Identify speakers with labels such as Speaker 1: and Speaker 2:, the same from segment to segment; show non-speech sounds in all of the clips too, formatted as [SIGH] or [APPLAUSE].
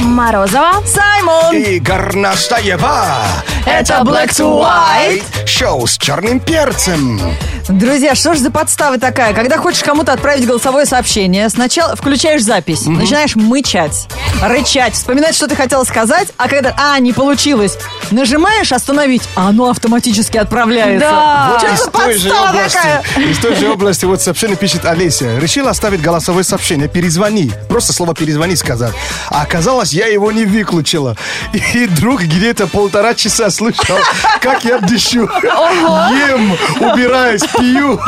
Speaker 1: Морозова.
Speaker 2: Саймон!
Speaker 3: И Горнаштаева.
Speaker 1: Это Black to White.
Speaker 3: Шоу с черным перцем.
Speaker 2: Друзья, что ж за подстава такая? Когда хочешь кому-то отправить голосовое сообщение, сначала включаешь запись, начинаешь мычать, рычать, вспоминать, что ты хотела сказать, а когда «а, не получилось», нажимаешь «остановить», а оно автоматически отправляется.
Speaker 1: Да.
Speaker 2: Что
Speaker 3: из
Speaker 2: за
Speaker 3: той же
Speaker 2: подстава
Speaker 3: области,
Speaker 2: такая?
Speaker 3: из той же области вот сообщение пишет Олеся. Решила оставить голосовое сообщение. Перезвони. Просто слово перезвони сказать. А оказалось, я его не выключила. И друг где-то полтора часа слышал, как я дышу. Ем, убираюсь, пью.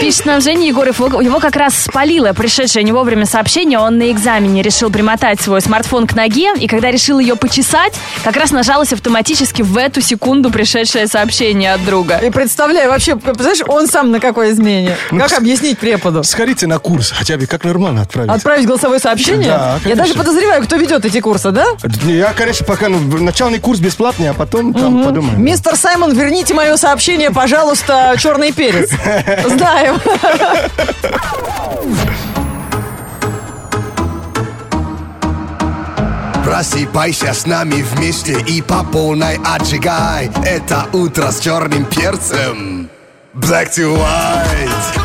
Speaker 1: Пишет нам Женя Егоров. Его его как раз спалило пришедшее не вовремя сообщение. Он на экзамене решил примотать свой смартфон к ноге. И когда решил ее почесать, как раз нажалось автоматически в эту секунду пришедшее сообщение от друга.
Speaker 2: И представляю, вообще, знаешь, он сам на какой измене.
Speaker 3: Ну,
Speaker 2: Как объяснить преподу?
Speaker 3: Сходите на курс, хотя бы как нормально отправить.
Speaker 2: Отправить голосовое сообщение?
Speaker 3: Да,
Speaker 2: Я
Speaker 3: конечно.
Speaker 2: даже подозреваю, кто ведет эти курсы, да?
Speaker 3: Я, конечно, пока ну, начальный курс бесплатный, а потом там подумаем.
Speaker 2: Мистер Саймон, верните мое сообщение, пожалуйста, черный перец. Знаем.
Speaker 4: Просыпайся с нами вместе и по полной отжигай Это утро с черным перцем Black to white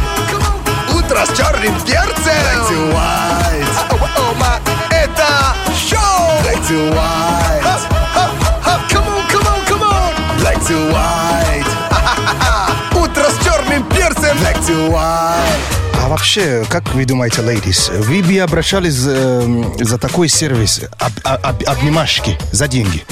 Speaker 4: Утро с черным перцем Black to white О, о, ма, Это шоу Black to white Come on, come on, come on Black to white [LAUGHS] Ха-ха-ха-ха. Утро с черным перцем Black to white
Speaker 3: А вообще, как вы думаете, ladies, вы бы обращались эм, за такой сервис об- об- обнимашки за деньги?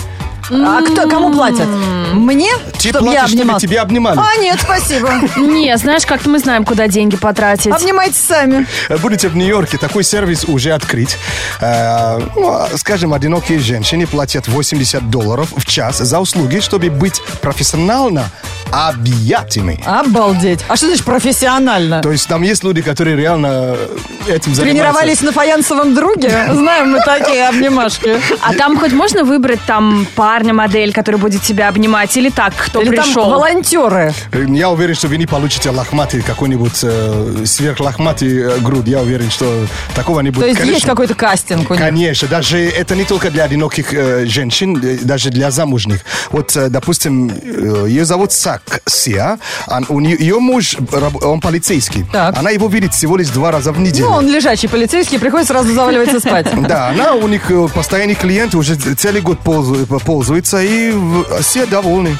Speaker 2: А кто, кому платят? Мне?
Speaker 3: Ты
Speaker 2: Чтоб я
Speaker 3: платишь, чтобы
Speaker 2: обнимал.
Speaker 3: тебя обнимали.
Speaker 2: А, нет, спасибо.
Speaker 1: Не, знаешь, как-то мы знаем, куда деньги потратить.
Speaker 2: Обнимайтесь сами.
Speaker 3: Будете в Нью-Йорке, такой сервис уже открыт. Э, ну, а, скажем, одинокие женщины платят 80 долларов в час за услуги, чтобы быть профессионально объятыми.
Speaker 2: Обалдеть. А что значит профессионально?
Speaker 3: То есть там есть люди, которые реально э, этим занимаются.
Speaker 2: Тренировались на фаянсовом друге? Знаем мы такие обнимашки.
Speaker 1: А там хоть можно выбрать там парня-модель, который будет тебя обнимать, или так, кто
Speaker 2: Или там
Speaker 1: пришел?
Speaker 2: волонтеры.
Speaker 3: Эм, Я уверен, что вы не получите лохматый какой-нибудь э, сверхлохматый э, груд. Я уверен, что такого не будет.
Speaker 2: То есть есть
Speaker 3: Конечно.
Speaker 2: какой-то кастинг у них.
Speaker 3: Конечно, даже это не только для одиноких э, женщин, э, даже для замужних. Вот, э, допустим, э, ее зовут Сак Сия, а у нее, ее муж, раб- он полицейский.
Speaker 2: Так.
Speaker 3: Она его видит всего лишь два раза в
Speaker 2: Ну,
Speaker 3: неделю.
Speaker 2: он лежачий полицейский, приходит сразу заваливается спать.
Speaker 3: Да, она у них э, постоянный клиент, уже целый год ползу- э, пользуется, и в- все довольны.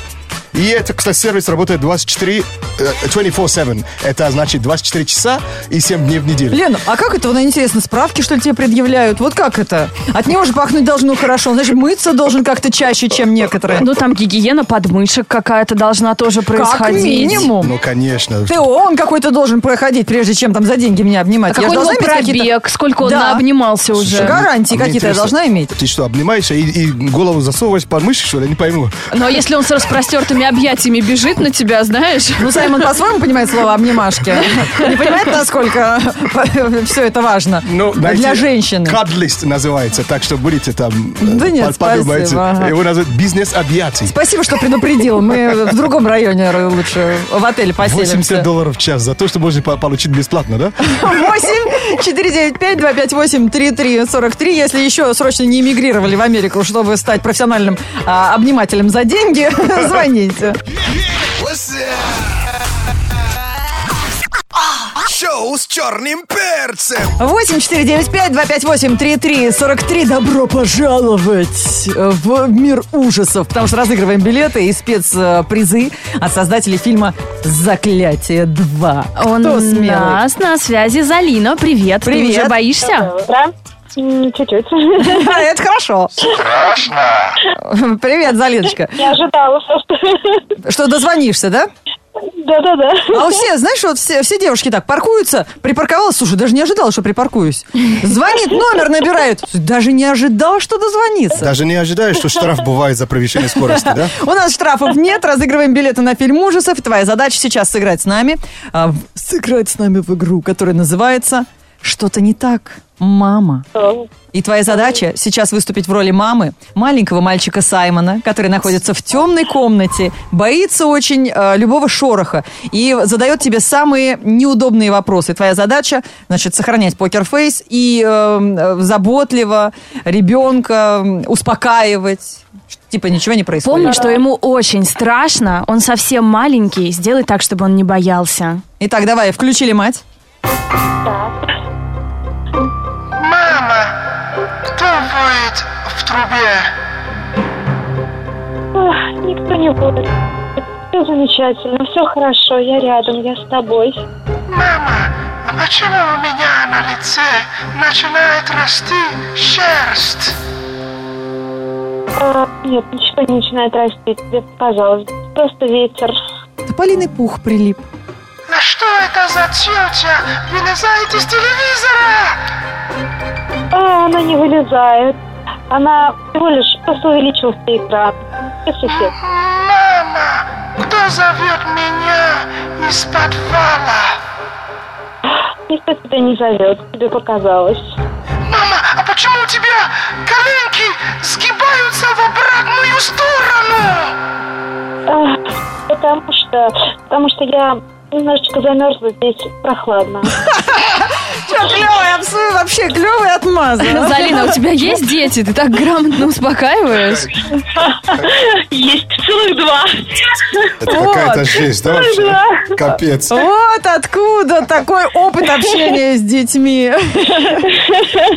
Speaker 3: И это, кстати, сервис работает 24, э, 24-7. Это значит 24 часа и 7 дней в неделю.
Speaker 2: Лена, а как это, ну, интересно, справки, что ли, тебе предъявляют? Вот как это? От него же пахнуть должно хорошо. Он, Значит, мыться должен как-то чаще, чем некоторые.
Speaker 1: Ну, там гигиена подмышек какая-то должна тоже
Speaker 2: как
Speaker 1: происходить.
Speaker 2: минимум.
Speaker 3: Ну, конечно.
Speaker 2: ТО он какой-то должен проходить, прежде чем там за деньги меня
Speaker 1: А
Speaker 2: обнимать. Я
Speaker 1: какой
Speaker 2: же
Speaker 1: у него
Speaker 2: должна иметь какие-то-
Speaker 1: пробег? Сколько он
Speaker 2: Да.
Speaker 1: наобнимался уже?
Speaker 2: Гарантии
Speaker 3: Мне
Speaker 2: какие-то я
Speaker 3: интересно,
Speaker 2: должна иметь.
Speaker 3: Ты что, обнимаешься и, и голову засовываешь под мыши, что ли? Я не пойму.
Speaker 1: Но если он с распростертыми объятиями бежит на тебя, знаешь?
Speaker 2: Ну, Саймон по-своему понимает слово обнимашки. Не понимает, насколько все это важно для
Speaker 3: Ну, знаете,
Speaker 2: женщины.
Speaker 3: Cuddlist называется, так что будете там... э,
Speaker 2: Да нет,
Speaker 3: под- подумайте.
Speaker 2: спасибо, ага.
Speaker 3: Его называют бизнес объятий.
Speaker 2: Спасибо, что предупредил. Мы в другом районе лучше в отеле
Speaker 3: 80
Speaker 2: поселимся.
Speaker 3: долларов в час за то, что можно по- получить бесплатно, да?
Speaker 2: 8 495 258 3343. Если еще срочно не эмигрировали в Америку, чтобы стать профессиональным а, обнимателем за деньги, [LAUGHS] звоните.
Speaker 4: What's that? Шоу с черным перцем
Speaker 2: 8 495 258 3343. Добро пожаловать э, в мир ужасов, потому что разыгрываем билеты и спецпризы от создателей фильма «Заклятие 2».
Speaker 1: Он
Speaker 2: Кто
Speaker 1: у
Speaker 2: смелый? [LAUGHS]
Speaker 1: нас на связи Залина. Привет.
Speaker 2: Привет.
Speaker 1: Ты уже боишься?
Speaker 5: утро. М, Чуть-чуть.
Speaker 2: А, Это хорошо. Страшно. Привет, Залиночка.
Speaker 5: Не ожидала просто.
Speaker 2: Что, дозвонишься, да?
Speaker 5: Да-да-да.
Speaker 2: А у всех, знаешь, вот все, все девушки так паркуются, припарковалась, слушай, даже не ожидала, что припаркуюсь. Звонит, номер набирает. Даже не ожидал, что дозвонится.
Speaker 3: Даже не ожидаешь, что штраф бывает за превышение скорости, да?
Speaker 2: У нас штрафов нет, разыгрываем билеты на фильм ужасов. И Твоя задача сейчас сыграть с нами, а, в- сыграть с нами в игру, которая называется «Что-то не так». мама.
Speaker 5: О,
Speaker 2: И твоя задача сейчас выступить в роли мамы маленького мальчика Саймона, который находится в темной комнате, боится очень э, любого шороха и задает тебе самые неудобные вопросы. Твоя задача, значит, сохранять покерфейс и э, э, заботливо ребенка м, успокаивать. Типа ничего не происходит.
Speaker 1: Помни, что ему очень страшно, он совсем маленький, сделай так, чтобы он
Speaker 2: [LAUGHS]
Speaker 1: не боялся.
Speaker 2: Итак, давай, включили мать.
Speaker 6: Мама, кто будет в трубе?
Speaker 5: ах, Никто не будет. Все замечательно, все хорошо, я рядом, я с тобой.
Speaker 6: Мама, а почему у меня на лице начинает расти шерсть?
Speaker 5: А, Нет, ничего не начинает расти тебе, пожалуйста. Просто ветер.
Speaker 2: Тополиный пух прилип.
Speaker 6: На что это за тетя вылезает из телевизора?
Speaker 5: А, она не вылезает. Она всего лишь просто увеличился экран. И сосед.
Speaker 6: Мама, кто зовет меня из подвала?
Speaker 5: Никто тебя не зовет, тебе показалось.
Speaker 6: Мама, а почему у тебя коленки сгибаются в обратную сторону?
Speaker 5: Ах, Потому что, потому что я немножечко замерзла, здесь прохладно.
Speaker 2: Клевый, вообще клевый отмаз. а?
Speaker 1: Залина, у тебя есть дети? Ты так грамотно успокаиваешь.
Speaker 5: Есть целых два.
Speaker 4: Это
Speaker 2: Вот.
Speaker 4: какая-то жесть, да, вообще? Капец.
Speaker 2: Вот откуда такой опыт общения с детьми.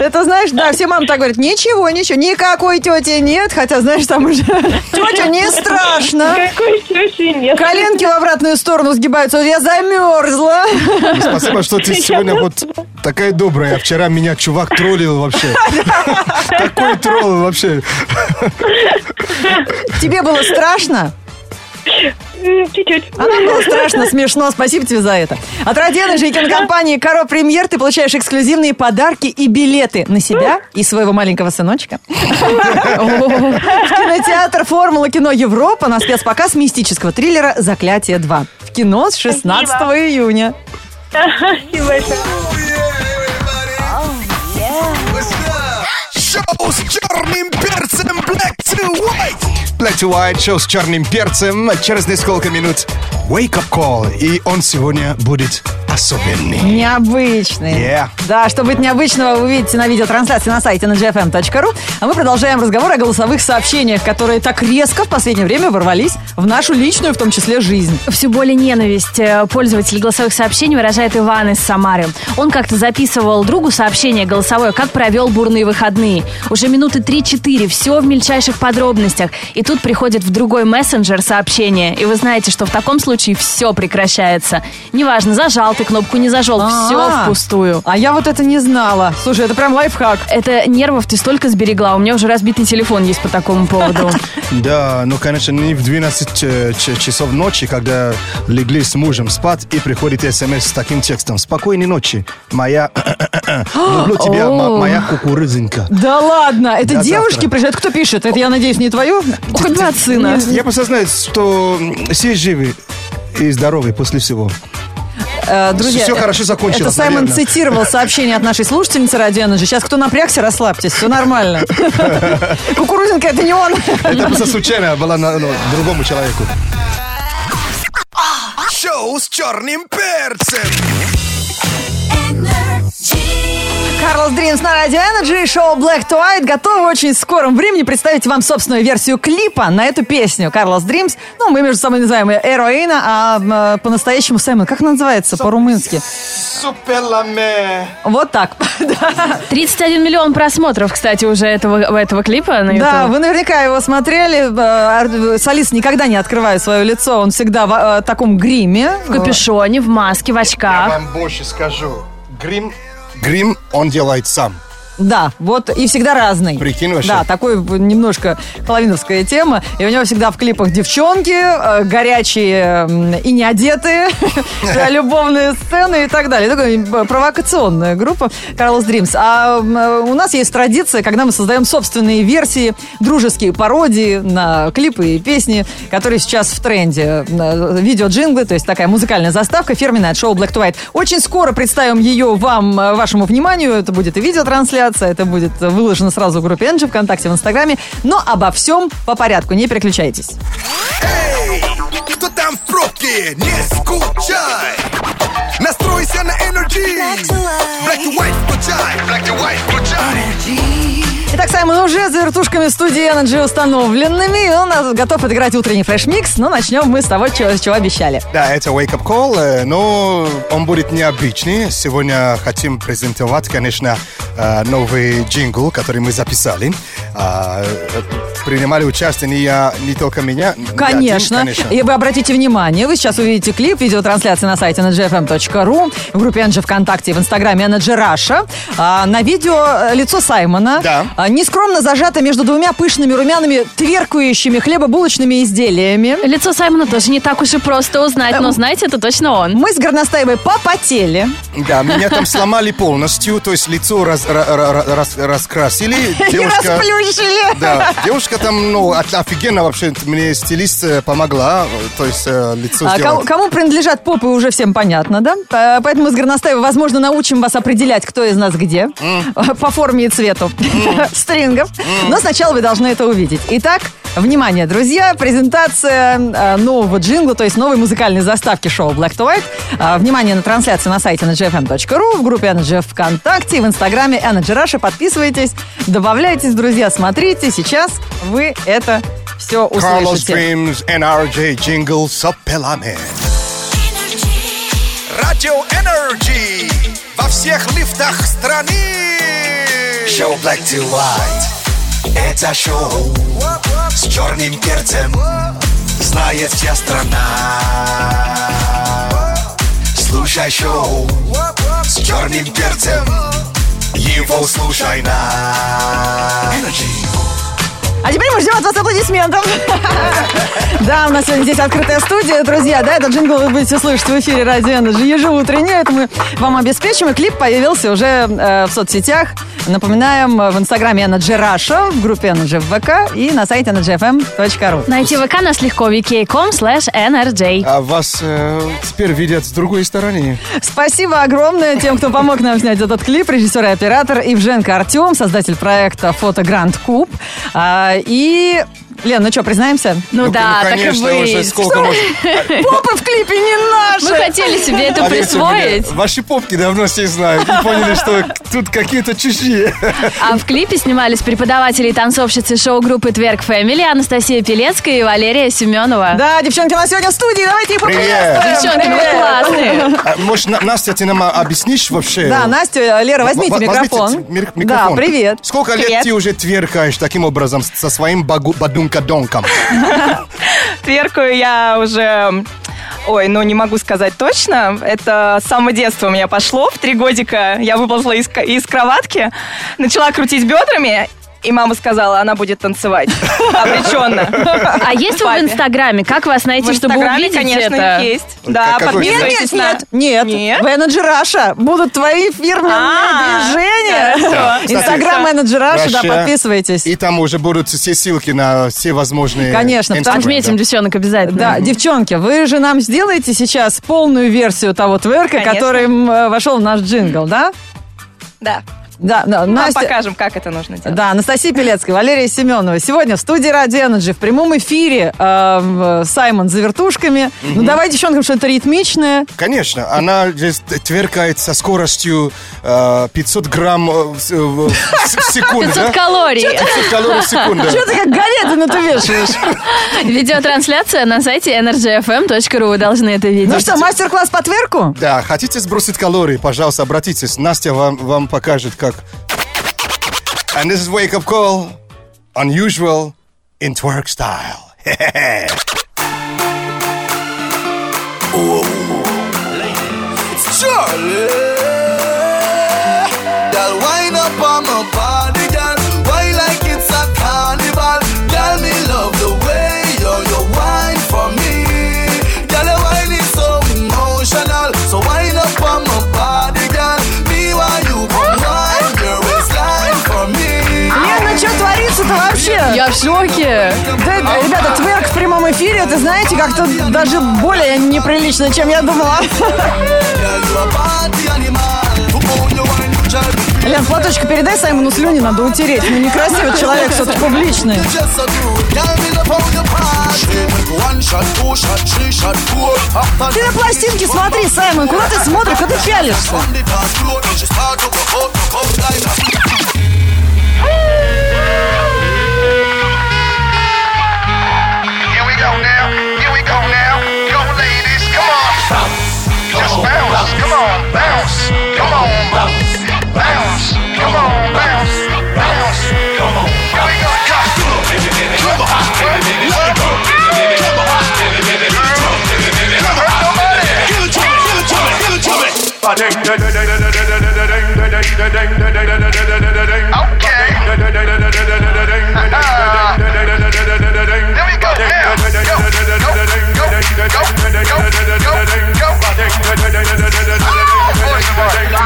Speaker 2: Это знаешь, да, все мамы так говорят, ничего, ничего, никакой тети нет, хотя, знаешь, там уже тетя не страшно.
Speaker 5: Какой тети нет.
Speaker 2: Коленки в обратную сторону сгибаются, я замерзла.
Speaker 3: Спасибо, что ты сегодня вот такая добрая. Вчера меня чувак троллил вообще. Такой тролл вообще.
Speaker 2: Тебе было страшно?
Speaker 5: М, Чуть-чуть.
Speaker 2: А нам было страшно, смешно, спасибо тебе за это. От Роденежа и кинокомпании «Коро Премьер» ты получаешь эксклюзивные подарки и билеты на себя и своего маленького сыночка. В кинотеатр «Формула кино Европа» на спецпоказ мистического триллера «Заклятие 2». В кино с 16 июня.
Speaker 5: Спасибо большое.
Speaker 4: Шоу с черным перцем Black to White.
Speaker 3: Black to White шоу с черным перцем через несколько минут. Wake up call. И он сегодня будет особенный.
Speaker 2: Необычные.
Speaker 3: Yeah.
Speaker 2: Да, что быть необычного, вы увидите на видеотрансляции на сайте ngfm.ru. А мы продолжаем разговор о голосовых сообщениях, которые так резко в последнее время ворвались в нашу личную, в том числе, жизнь.
Speaker 1: Всю боль и ненависть э, пользователей голосовых сообщений выражает Иван из Самары. Он как-то записывал другу сообщение голосовое, как провел бурные выходные. Уже минуты 3-4, все в мельчайших подробностях. И тут приходит в другой мессенджер сообщение. И вы знаете, что в таком случае все прекращается. Неважно, зажал ты кнопку, не зажал, все
Speaker 2: А.
Speaker 1: впустую.
Speaker 2: А я вот это не знала. Слушай, это прям лайфхак.
Speaker 1: Это нервов ты столько сберегла, у меня уже разбитый телефон есть по
Speaker 2: [LAUGHS]
Speaker 1: такому поводу.
Speaker 3: Да, ну, конечно, не в 12 ч- ч- часов ночи, когда легли с мужем спать, и приходит смс с таким текстом. Спокойной ночи, моя... [COUGHS] Люблю тебя, м- моя кукурузинка.
Speaker 2: Да ладно, это
Speaker 3: Да,
Speaker 2: девушки
Speaker 3: завтра.
Speaker 2: приезжают. Кто пишет? Это, я надеюсь, не твое?
Speaker 1: Хоть бы от сына.
Speaker 3: Я просто знаю, что м, все живы и здоровы после всего.
Speaker 2: Э, друзья,
Speaker 3: Всё
Speaker 2: э,
Speaker 3: хорошо закончилось,
Speaker 2: Это Саймон
Speaker 3: наверное.
Speaker 2: цитировал сообщение от нашей слушательницы Радио Energy. Сейчас кто напрягся, расслабьтесь, все нормально.
Speaker 3: [LAUGHS]
Speaker 2: Кукурузинка, это не он.
Speaker 3: Это просто случайно было на, ну, другому человеку.
Speaker 4: Шоу с черным перцем.
Speaker 2: Карлос Дримс на Радио Energy и шоу Black to White готовы очень в скором времени представить вам собственную версию клипа на эту песню. Карлос Дримс, ну, мы между собой называем ее Эроина, а э, по-настоящему Саймон, как она называется по-румынски?
Speaker 3: Суперламе.
Speaker 2: Вот так. [LAUGHS] Да.
Speaker 1: 31 миллион просмотров, кстати, уже этого, у этого клипа на YouTube.
Speaker 2: Да, вы наверняка его смотрели. Э, ар- Солист никогда не открывает свое лицо. Он всегда в э, таком гриме.
Speaker 1: В капюшоне, в маске, в очках.
Speaker 3: Вам больше скажу. Грим... Грим он делает сам.
Speaker 2: Э, Да, вот и всегда разный.
Speaker 3: Прикинь вообще.
Speaker 2: Да, такой немножко половиновская тема. И у него всегда в клипах девчонки, э, горячие м, и не одетые, [LAUGHS] да, любовные сцены и так далее. Такая м, провокационная группа Carlos Dreams. А м, э, у нас есть традиция, когда мы создаем собственные версии, дружеские пародии на клипы и песни, которые сейчас в тренде. Э, Видео-джинглы, то есть такая музыкальная заставка, фирменная от шоу Black to White. Очень скоро представим ее вам, э, вашему вниманию. Это будет и видеотрансляция, это будет э, выложено сразу в группе Энджи, ВКонтакте, в Инстаграме. Но обо всем по порядку, не переключайтесь.
Speaker 4: Эй, кто там в пробке? Не скучай! Настройся на энергии! Black to white включай! Black to white включай!
Speaker 2: Итак, Саймон уже за вертушками студии Energy установленными. И он нас готов отыграть утренний фреш-микс. Но начнем мы с того, чего, с чего обещали.
Speaker 3: Да, это Wake Up Call, э, но он будет необычный. Сегодня хотим презентовать, конечно, э, новый джингл, который мы записали. А, э, Принимали участие не я, не только меня. не один,
Speaker 2: Конечно.
Speaker 3: конечно.
Speaker 2: И вы обратите внимание, вы сейчас увидите клип, видеотрансляция на сайте energyfm.ru, в группе Energy ВКонтакте и в Инстаграме Energy Russia. А, на видео э, лицо Саймона
Speaker 3: Да.
Speaker 2: а, нескромно зажато между двумя пышными румяными тверкающими хлебобулочными изделиями.
Speaker 1: Лицо Саймона тоже не так уж и просто узнать, но знаете, это точно он.
Speaker 2: Мы с Горностаевой попотели.
Speaker 3: Да, меня там сломали полностью, то есть лицо раз- ра- ра- ра- рас- раскрасили.
Speaker 2: [LAUGHS] И расплющили.
Speaker 3: Да, девушка там, ну, от- офигенно вообще, мне стилист э, помогла, э, то есть э, лицо
Speaker 2: А кому,
Speaker 3: сделать.
Speaker 2: кому принадлежат попы, уже всем понятно, да? Э, Поэтому с Горностаевой, возможно, научим вас определять, кто из нас где. [LAUGHS] По форме и цвету [LAUGHS] стрингов. Но сначала вы должны это увидеть. Итак, внимание, друзья, презентация э, нового джингла, то есть новой музыкальной заставки шоу Black to White. Э, Внимание на трансляцию на сайте energyfm.ru, в группе Energy ВКонтакте, и в инстаграме Energy Russia. Подписывайтесь, добавляйтесь, друзья, смотрите. Сейчас вы это все
Speaker 3: Carlos
Speaker 2: услышите.
Speaker 3: Dreams, NRJ, Jingle, Сопелами.
Speaker 4: Радио Energy во всех лифтах страны. Шоу Black to White. Это шоу с черным перцем. Знает вся страна. Слушай шоу с черным перцем. Его слушай на Energy.
Speaker 2: А теперь мы ждем от вас аплодисментов. [LAUGHS] Да, у нас сегодня здесь открытая студия, друзья. Да, этот джингл вы будете слышать в эфире радио Energy ежеутренне. Это мы вам обеспечим. И клип появился уже э, в соцсетях. Напоминаем, э, в инстаграме Energy Russia, в группе Energy в ВК и на сайте Эм energyfm.ru.
Speaker 1: Найти ВК нас легко vk.com slash nrj.
Speaker 3: А вас э, теперь видят с другой стороны.
Speaker 2: Спасибо огромное тем, кто помог нам снять этот клип. Режиссер и оператор Евженко Артем, создатель проекта «Фото Гранд Куб». А, и... Лен, ну что, признаемся?
Speaker 1: Ну да,
Speaker 3: ну,
Speaker 1: так и
Speaker 3: конечно, уже
Speaker 1: быть.
Speaker 3: сколько можно.
Speaker 2: Попы в клипе не наши!
Speaker 1: Мы хотели себе это
Speaker 3: Поверьте
Speaker 1: присвоить,
Speaker 3: мне, А ваши попки давно все знают и поняли, что тут какие-то чужие.
Speaker 1: а в клипе снимались преподаватели и танцовщицы шоу-группы Тверк Фэмили Анастасия Пелецкая и Валерия Семенова.
Speaker 2: Да, девчонки, у нас сегодня в студии, давайте их
Speaker 3: Привет.
Speaker 2: поприветствуем.
Speaker 1: Девчонки, вы
Speaker 2: Привет.
Speaker 1: классные.
Speaker 3: А, Может, На- Настя, ты нам а, объяснишь вообще?
Speaker 2: Да, Настя, Лера, возьмите
Speaker 3: Во- во-
Speaker 2: микрофон.
Speaker 3: ти- мир- микрофон.
Speaker 2: Да, привет.
Speaker 3: Сколько лет
Speaker 1: Привет.
Speaker 3: ты уже тверкаешь таким образом со своим багу- бадунка-донком?
Speaker 7: Тверкаю я уже... Ой, ну не могу сказать точно. Это с самого детства у меня пошло. В три годика я выползла из, ко- из кроватки, начала крутить бедрами, и мама сказала, она
Speaker 1: [LAUGHS]
Speaker 7: будет танцевать. Обреченно.
Speaker 1: А есть вы в
Speaker 7: Папе.
Speaker 1: Инстаграме? Как вас
Speaker 7: В
Speaker 1: найти, чтобы
Speaker 7: Инстаграме,
Speaker 1: увидеть
Speaker 7: конечно,
Speaker 1: это?
Speaker 7: есть. Да,
Speaker 3: Какой
Speaker 2: Нет,
Speaker 7: подписывайтесь
Speaker 2: нет,
Speaker 7: на-
Speaker 2: нет, нет.
Speaker 7: Нет?
Speaker 2: В Energy Russia будут твои фирменные
Speaker 7: А,
Speaker 2: движения.
Speaker 3: хорошо.
Speaker 2: Инстаграм Energy Russia, да,
Speaker 3: Russia.
Speaker 2: подписывайтесь.
Speaker 3: И там уже будут все ссылки на все возможные...
Speaker 2: Конечно, потому-
Speaker 3: Instagram,
Speaker 1: Отметим
Speaker 3: да.
Speaker 1: девчонок обязательно.
Speaker 2: Да, девчонки, вы же нам сделаете сейчас полную версию того тверка,
Speaker 7: Конечно.
Speaker 2: который м, э, вошел в наш джингл, да?
Speaker 7: Да.
Speaker 2: Да, да,
Speaker 7: Нам
Speaker 2: Настя,
Speaker 7: покажем, как это нужно делать.
Speaker 2: Да, Анастасия Пелецкая, Валерия Семенова. Сегодня в студии Ради Energy в прямом эфире э, в- Саймон за вертушками. Ну, давай, девчонкам, что-то ритмичное.
Speaker 3: Конечно, она здесь тверкает со скоростью э, 500 грамм э, в, с- э, в- в секунду.
Speaker 1: 500
Speaker 3: да?
Speaker 1: калорий.
Speaker 3: 500 калорий в секунду.
Speaker 2: Что ты как говядину ты вешаешь?
Speaker 1: [LAUGHS] Видеотрансляция на сайте energyfm.ru. Вы должны это видеть.
Speaker 2: Ну что, мастер-класс по тверку?
Speaker 3: Да, хотите сбросить калории, пожалуйста, обратитесь. Настя вам, вам покажет, как. And this is Wake Up Call. Unusual in twerk style. Э,
Speaker 4: Surely Girl, wind up on my body, girl. Why like it's a carnival? Girl, me love the way you you wine for me. Girl, your wine is so emotional. So wind up on my body, girl. Me while you come wine your waistline for me.
Speaker 2: Лена, что творится-то вообще?
Speaker 1: Я в шоке.
Speaker 2: Да, ребята, тверк в прямом эфире, это знаете, как-то даже более неприлично, чем я думала.
Speaker 4: Girl, you a party animal. Come on, you wine, you jerk.
Speaker 2: Лен, платочка передай Саймону слюни, надо утереть. Ну, некрасивый человек, все-таки публичный.
Speaker 4: You just a dude. Girl, me love how you party. One shot, two shot, three shot, four. After
Speaker 2: Ты на пластинке смотри, Саймон, куда ты смотришь, куда ты пялишься?
Speaker 4: On the dance floor, you just start to go out, go out like a-
Speaker 6: Here we go now. Here we go now. Go, ladies. Come on. Just bounce. Come on. Bounce. Come on. Bounce. Come on. Bounce. Bounce. Come on. Here we go. Come on. What? Come on. Come on. Okay. Here we go now. Go, go, go, go,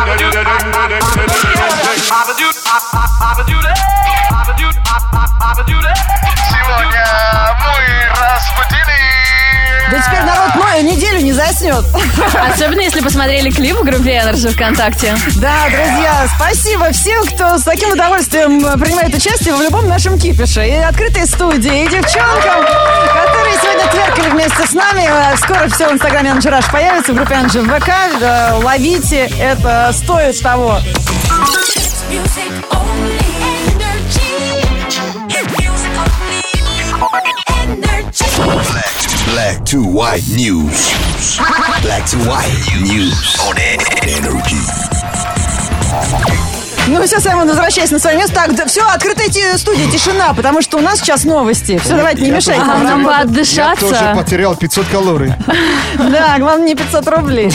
Speaker 6: go, go, go. Voice Сегодня мы разбудили.
Speaker 2: Да теперь народ мою неделю не заснет.
Speaker 1: Особенно, если посмотрели клип в группе Energy ВКонтакте.
Speaker 2: Да, друзья, спасибо всем, кто с таким удовольствием э, принимает участие в любом нашем кипише. И открытой студии, и девчонкам, которые сегодня тверкали вместе с нами. Э, Скоро все в инстаграме Анжи Раш появится, в группе Анжи ВК. Э, Ловите, это стоит того.
Speaker 8: It's music only energy. It's music only energy.
Speaker 4: Black to white news. Black to white news on energy.
Speaker 2: Ну все, Саймон, возвращайся на свое место. Так, да, все, открытая ти- студия, тишина, потому что у нас сейчас новости. Все, давайте, не
Speaker 3: я
Speaker 2: мешайте.
Speaker 3: тоже
Speaker 1: А нам бы
Speaker 3: Я тоже
Speaker 1: отдышаться.
Speaker 3: потерял 500 калорий.
Speaker 2: Да, главное не 500 рублей.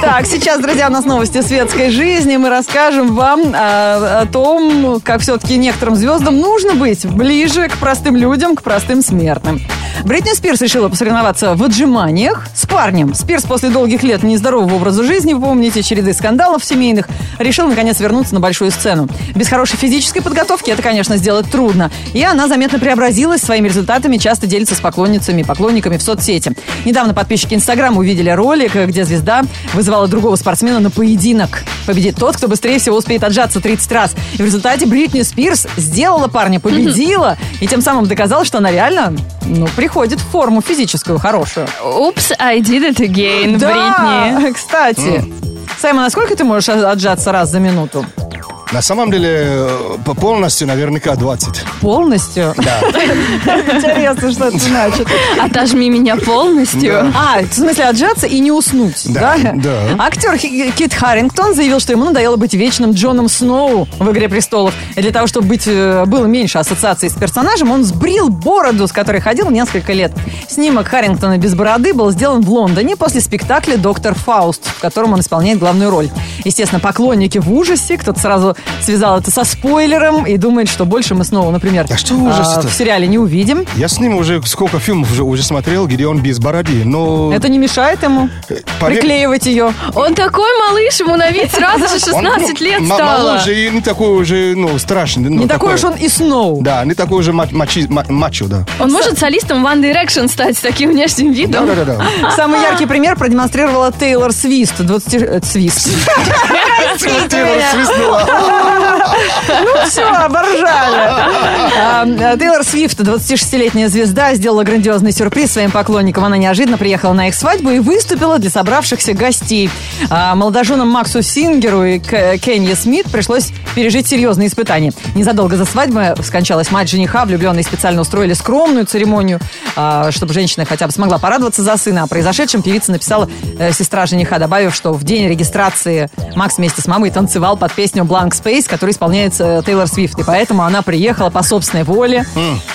Speaker 2: Так, сейчас, друзья, у нас новости светской жизни. Мы расскажем вам а, о том, как все-таки некоторым звездам нужно быть ближе к простым людям, к простым смертным. Бритни Спирс решила посоревноваться в отжиманиях с парнем. Спирс после долгих лет нездорового образа жизни, вы помните, череды скандалов семейных, решил, наконец, вернуться на большую сцену. Без хорошей физической подготовки это, конечно, сделать трудно. И она заметно преобразилась, своими результатами часто делится с поклонницами и поклонниками в соцсети. Недавно подписчики Инстаграм увидели ролик, где звезда вызывала другого спортсмена на поединок. Победит тот, кто быстрее всего успеет отжаться 30 раз. И в результате Бритни Спирс сделала парня, победила, и тем самым доказала, что она реально ну, приходит в форму физическую хорошую.
Speaker 1: Упс, I did it again,
Speaker 2: Да,
Speaker 1: Бритни.
Speaker 2: кстати. Саймон, а сколько ты можешь отжаться раз за минуту?
Speaker 3: На самом деле, э, по- полностью наверняка 20.
Speaker 2: Полностью?
Speaker 3: Да.
Speaker 2: [LAUGHS] Интересно, что это значит.
Speaker 1: Отожми меня полностью.
Speaker 2: А, в смысле отжаться и не уснуть, да?
Speaker 3: Да, да.
Speaker 2: Актер Хи- Кит Харрингтон заявил, что ему надоело быть вечным Джоном Сноу в «Игре престолов». И для того, чтобы быть, э, было меньше ассоциаций с персонажем, он сбрил бороду, с которой ходил несколько лет. Снимок Харрингтона без бороды был сделан в Лондоне после спектакля «Доктор Фауст», в котором он исполняет главную роль. Естественно, поклонники в ужасе, кто-то сразу связал это со спойлером и думает, что больше мы снова, например,
Speaker 3: А что ужас
Speaker 2: а,
Speaker 3: это?
Speaker 2: в сериале не увидим.
Speaker 3: Я с ним уже сколько фильмов уже, уже смотрел, где он без бороды, но...
Speaker 2: Это не мешает ему
Speaker 3: э, поверь-
Speaker 2: приклеивать ее.
Speaker 1: Он такой малыш, ему на вид сразу же
Speaker 3: он, ну,
Speaker 1: 16 лет
Speaker 3: м-
Speaker 1: стало.
Speaker 3: Моложе и не такой уже, ну, страшный. ну,
Speaker 2: Не такой уж он и Сноу.
Speaker 3: Да, не такой уже мач- мачи- ма- мачо, да.
Speaker 1: Он может солистом One Direction стать с таким внешним
Speaker 3: Да,
Speaker 1: видом.
Speaker 3: да, да, да.
Speaker 2: Самый яркий пример продемонстрировала Тейлор Свист. 20... э, [LAUGHS] Свист.
Speaker 3: Тейлор свистнула.
Speaker 2: Все, оборжали. А, э, Тейлор Свифт, 26-летняя звезда, сделала грандиозный сюрприз своим поклонникам. Она неожиданно приехала на их свадьбу и выступила для собравшихся гостей. А, Молодоженам Максу Сингеру и К- Кенье Смит пришлось пережить серьезные испытания. Незадолго за свадьбой э, скончалась мать жениха. Влюбленные специально устроили скромную церемонию, а, чтобы женщина хотя бы смогла порадоваться за сына. О произошедшем певица написала э, сестра жениха, добавив, что в день регистрации Макс вместе с мамой танцевал под песню «Blank Space», которую исполняется э, Тейлор Свифт. И поэтому она приехала по собственной воле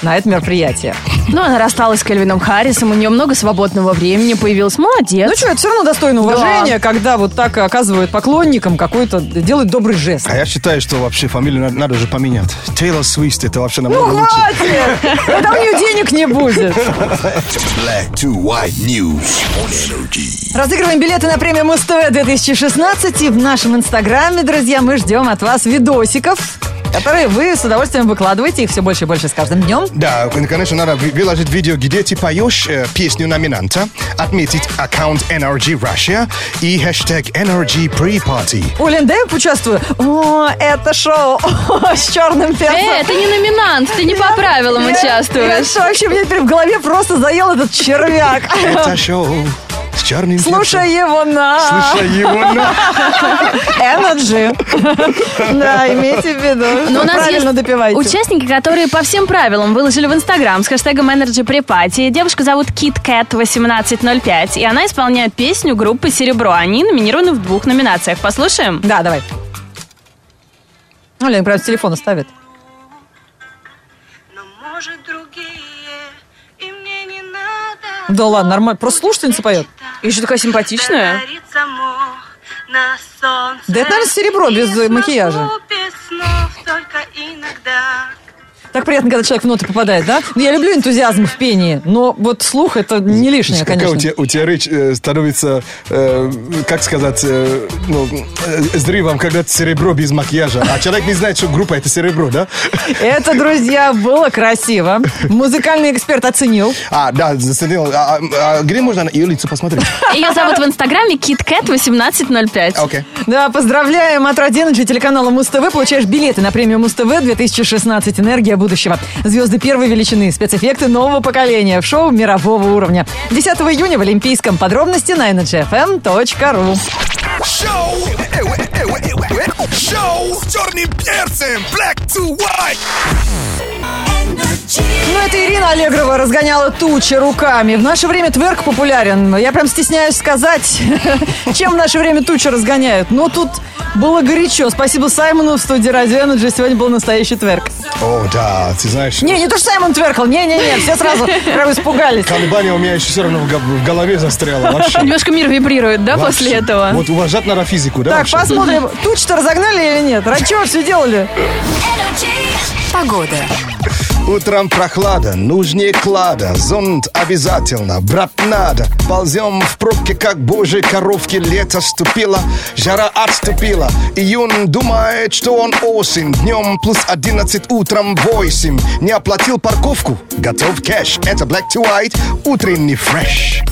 Speaker 2: на это мероприятие.
Speaker 1: Ну, она рассталась с Кельвином Харрисом, у нее много свободного времени появилось. Молодец.
Speaker 2: Ну что, это все равно достойно уважения, когда вот так оказывают поклонникам какой-то, делают добрый жест.
Speaker 3: А я считаю, что вообще фамилию надо, надо же поменять. Тейлор Свист, это вообще намного
Speaker 2: Ну
Speaker 3: лучше.
Speaker 2: хватит! Когда у нее денег не будет.
Speaker 4: Black to white news on energy.
Speaker 2: Разыгрываем билеты на премию Муз ТВ 2016 и в нашем инстаграме, друзья, мы ждем от вас видосиков, которые вы с удовольствием выкладываете, их все больше и больше с каждым днем.
Speaker 3: Да, и, конечно, надо вы- выложить видео, где ты поешь э, песню номинанта, отметить аккаунт NRG Russia и хэштег NRG
Speaker 2: [LAUGHS]
Speaker 3: Pre-Party.
Speaker 2: Улен Дэйв участвую. О, это шоу [LAUGHS] с черным
Speaker 3: Ну,
Speaker 2: перцем.
Speaker 1: Э, это не номинант, ты не по правилам участвуешь.
Speaker 2: Что вообще, мне теперь в голове просто заел этот
Speaker 1: [LAUGHS]
Speaker 2: червяк.
Speaker 3: Это шоу с черным
Speaker 2: Слушай а. его
Speaker 3: перцем.
Speaker 2: на
Speaker 3: Слушай его, ну,
Speaker 2: [LAUGHS]
Speaker 3: на-
Speaker 2: Energy. [LAUGHS] Да, имейте в виду.
Speaker 1: Но
Speaker 2: что
Speaker 1: Ну, у нас
Speaker 2: правильно
Speaker 1: есть
Speaker 2: допивайте.
Speaker 1: участники, которые по всем правилам выложили в Инстаграм с хэштегом Energy Припати. Девушку зовут KitKat1805, и она исполняет песню группы «Серебро». Они номинированы в двух номинациях. Послушаем?
Speaker 2: Да, давай. Ну, Лен, прям с телефона ставит.
Speaker 9: Но может другие, и мне не надо.
Speaker 2: Да ладно, нормально. Просто слушательница поет.
Speaker 1: И еще такая симпатичная.
Speaker 9: Загорится мох на солнце.
Speaker 2: Да это, наверное, серебро без,
Speaker 9: И
Speaker 2: э, макияжа.
Speaker 9: смогу без снов только иногда.
Speaker 2: Так приятно, когда человек в ноты попадает, да? Ну, я люблю энтузиазм в пении, но вот слух это не лишнее,
Speaker 3: Какая у
Speaker 2: Ну, конечно.
Speaker 3: тебя, у тебя речь э, становится, э, как сказать, э, ну, э, зривом, когда серебро без макияжа. А человек не знает, что группа это серебро, да? [LAUGHS]
Speaker 2: Это, друзья, было красиво. Музыкальный эксперт оценил.
Speaker 3: А, да, заценил. А, а, а где можно ее лицо посмотреть?
Speaker 1: Ее зовут в Инстаграме KitKat1805.
Speaker 3: Окей.
Speaker 2: Да, поздравляем от Родинджи телеканала Муз ТВ. Получаешь билеты на премию Муз ТВ 2016 «Энергия будущего». Звезды первой величины, спецэффекты нового поколения в шоу мирового уровня. 10 июня в Олимпийском. Подробности на energyfm.ru.
Speaker 4: Шоу! э, э, э, э, э, Шоу с черным перцем! Black to white!
Speaker 2: Ну, это Ирина Аллегрова разгоняла тучи руками. В наше время тверк популярен. Я прям стесняюсь сказать, [LAUGHS] чем в наше время тучи разгоняют. Но тут было горячо. Спасибо Саймону в студии Радио Energy. Сегодня был настоящий тверк.
Speaker 3: О, да, ты знаешь...
Speaker 2: Не, не то, что Саймон тверкал. Не-не-не, все сразу прям испугались.
Speaker 3: Колебание у меня еще все равно в го- в голове застряло вообще.
Speaker 1: Немножко мир вибрирует, да,
Speaker 3: Вообще.
Speaker 1: [LAUGHS] после этого?
Speaker 3: Вот уважать надо физику, да?
Speaker 2: Так,
Speaker 3: вообще?
Speaker 2: посмотрим, тучи-то разогнали или нет? Ради чего все делали?
Speaker 8: Погода.
Speaker 3: Утром прохлада, нужнее клада, зонт обязательно, брат надо. Ползем в пробке, как божьи коровки, лето ступило, жара отступила. Июнь думает, что он осень, днем плюс 11, утром 8. Не оплатил парковку, готов кэш, это Black to White, утренний фреш.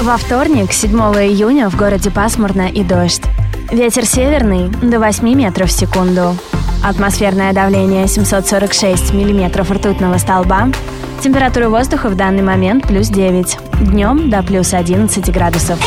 Speaker 1: Во вторник, 7 июня, в городе пасмурно и дождь. Ветер северный до 8 метров в секунду. Атмосферное давление 746 миллиметров ртутного столба. Температура воздуха в данный момент плюс 9. Днем до плюс 11 градусов.